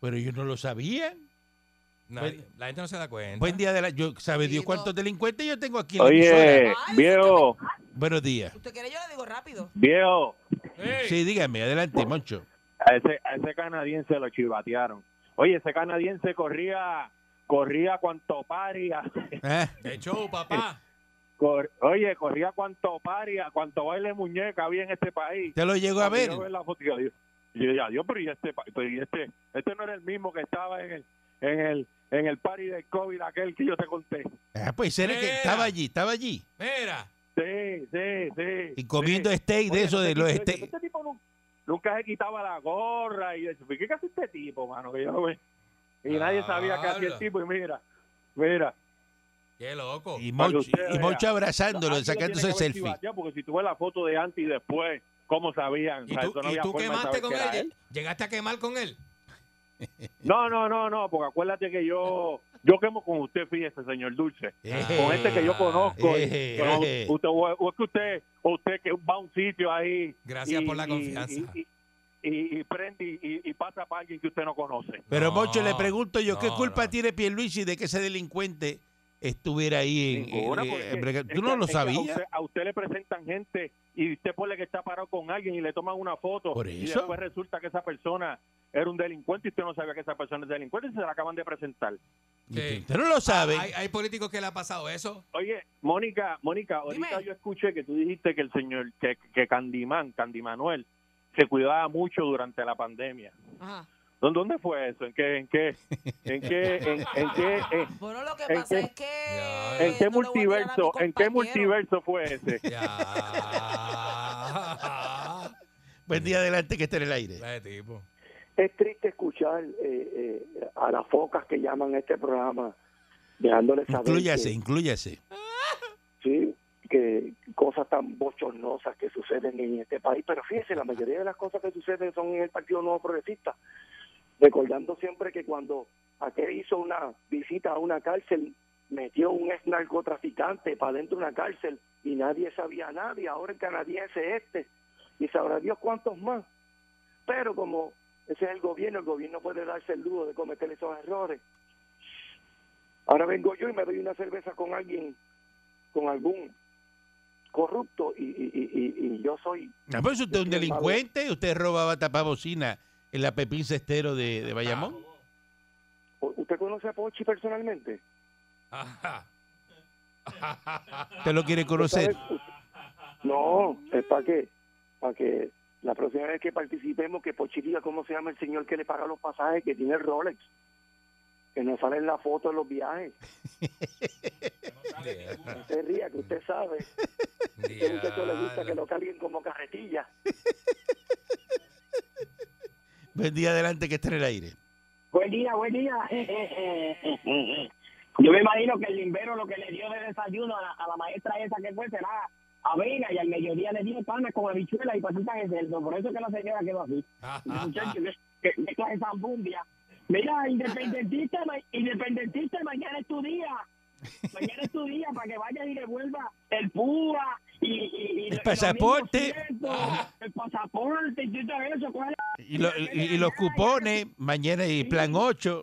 Pero ellos no lo sabían. nadie- la gente no se da cuenta. Buen día de la. Yo, ¿Sabe Dios cuántos delincuentes yo tengo aquí? en la Oye, emisora? viejo, Buenos días. viejo, Sí, dígame, adelante, Moncho. a ese, a ese canadiense lo chivatearon. Oye, ese canadiense corría, corría cuanto paria. Ah, De hecho, papá. Cor- Oye, corría cuanto paria, cuanto baile muñeca había en este país. ¿Te lo llegó a Cuando ver? Yo, la foto, yo, digo, yo, ya, yo, pero y este, pa- pero y este, este no era el mismo que estaba en el, en el, en el party del COVID, aquel que yo te conté. Ah, pues era que Mira. estaba allí, estaba allí. Mira. Sí, sí, sí. Y comiendo steak de eso, de los este, steak. este tipo nu- nunca se quitaba la gorra y eso. ¿Qué hace este tipo, mano? Que yo no me- Y nadie sabía qué hacía Habla. el tipo y mira, mira. Qué loco. Y para que Moncho, usted y vea. Moncho abrazándolo, Aquí lo sacándose tiene que haber selfie. chivateado, Porque si tú ves la foto de antes y después, ¿cómo sabían? ¿Y O sea, tú, eso no y había tú forma de quemaste saber con que era él? ¿Llegaste a quemar con él? No, no, no, no, porque acuérdate que yo yo quemo con usted, fíjese, señor Dulce. Eh. Con gente que yo conozco. y- Eh, pero eh. usted, o o es que usted, o usted que va a un sitio ahí. Gracias y- por la y- confianza. Y, y- y prende y, y- y pasa para alguien que usted no conoce. Pero No, Moncho, le pregunto yo, ¿qué no, culpa no. tiene Pierluisi de que ese delincuente estuviera ahí en, Ninguna, en- porque Eh, en Brega- es ¿Tú no que- lo es que A sabías? usted, a usted le presentan gente y usted pone que está parado con alguien y le toman una foto. Por Y eso. después resulta que esa persona era un delincuente y usted no sabía que esa persona es delincuente y se la acaban de presentar. Y Sí. Ah, Usted no lo sabe. ¿Hay, hay políticos que le ha pasado eso. Oye, Mónica, Mónica, ahorita Dime. yo escuché que tú dijiste que el señor, que, que Candimán, Candimanuel, se cuidaba mucho durante la pandemia. Ajá. ¿Dó- ¿Dónde fue eso? ¿En qué, en qué, en qué, en, en qué, en, Bueno, lo que ¿En pasa qué- es que. en qué no le voy a tirar a mi multiverso, en qué compañero. multiverso fue ese? Ya. Buen día adelante que esté en el aire. (laughs) Ese tipo. Es triste escuchar eh, eh, a las focas que llaman a este programa, dejándoles saber Inclúyase, que, inclúyase. sí, que cosas tan bochornosas que suceden en este país. Pero fíjense, la mayoría de las cosas que suceden son en el Partido Nuevo Progresista. Recordando siempre que cuando aquel hizo una visita a una cárcel, metió un ex narcotraficante para dentro de una cárcel y nadie sabía nada. Y ahora el canadiense este, y sabrá Dios cuántos más. Pero como ese es el gobierno, el gobierno puede darse el lujo de cometer esos errores. Ahora vengo yo y me doy una cerveza con alguien, con algún corrupto, y, y- y- y- y yo soy... No, pues usted es un Yo soy malo. delincuente, usted robaba tapabocina en la Pepín Cestero de, Ah. de Bayamón. ¿Usted conoce a Pochi personalmente? Ajá. (laughs) ¿Usted lo quiere conocer? ¿Sabes? No, es para que, para que la próxima vez que participemos, que Pochi diga cómo se llama el señor que le paga los pasajes, que tiene el Rolex, que no sale en la foto de los viajes. No se ría, que usted sabe. Que a usted le gusta que lo carguen como carretilla. Buen día adelante que esté en el aire. Buen día, buen día. Eh, Yo me imagino que el limbero lo que le dio de desayuno a la, a la maestra esa que fue será avena y al mediodía le dio panes con habichuela y pasitas de cerdo. Por eso que la señora quedó así. Muchachos, que que clase zambumbia. Mira, independentista, ma- independentista, mañana es tu día. Mañana es tu día para que vayas y devuelva el púa y, y- y- y los pasaporte. 1500, El pasaporte y todo eso. ¿Cuál es? Y, lo- y- y los cupones, mañana y plan 8.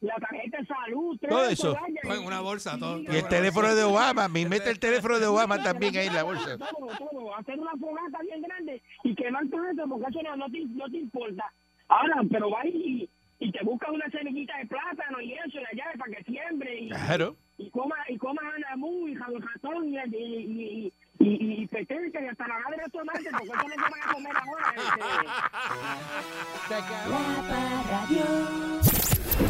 La tarjeta de salud. tres, Todo eso. vaya, y- Todo en una bolsa, todo. Y el teléfono de Obama, me mete el teléfono de Obama también ahí en la bolsa. Todo, todo. Hacer una fogata bien grande y quemar todo eso porque eso no, no, te, no te importa. Ahora, pero va y, y te buscas una semillita de plátano y eso, y la llave para que siembre y, Claro. y coma y coma anamú y jabón ratón y, y, y, y, y, y peteca y hasta la madre de tu madre porque eso no te van a comer ahora. este. La Parradio.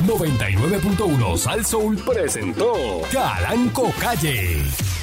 99.1 Sal Soul presentó Calanco Calle.